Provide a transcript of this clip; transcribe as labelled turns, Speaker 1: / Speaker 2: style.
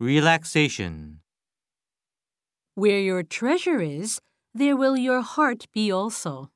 Speaker 1: Relaxation.
Speaker 2: Where your treasure is, there will your heart be also.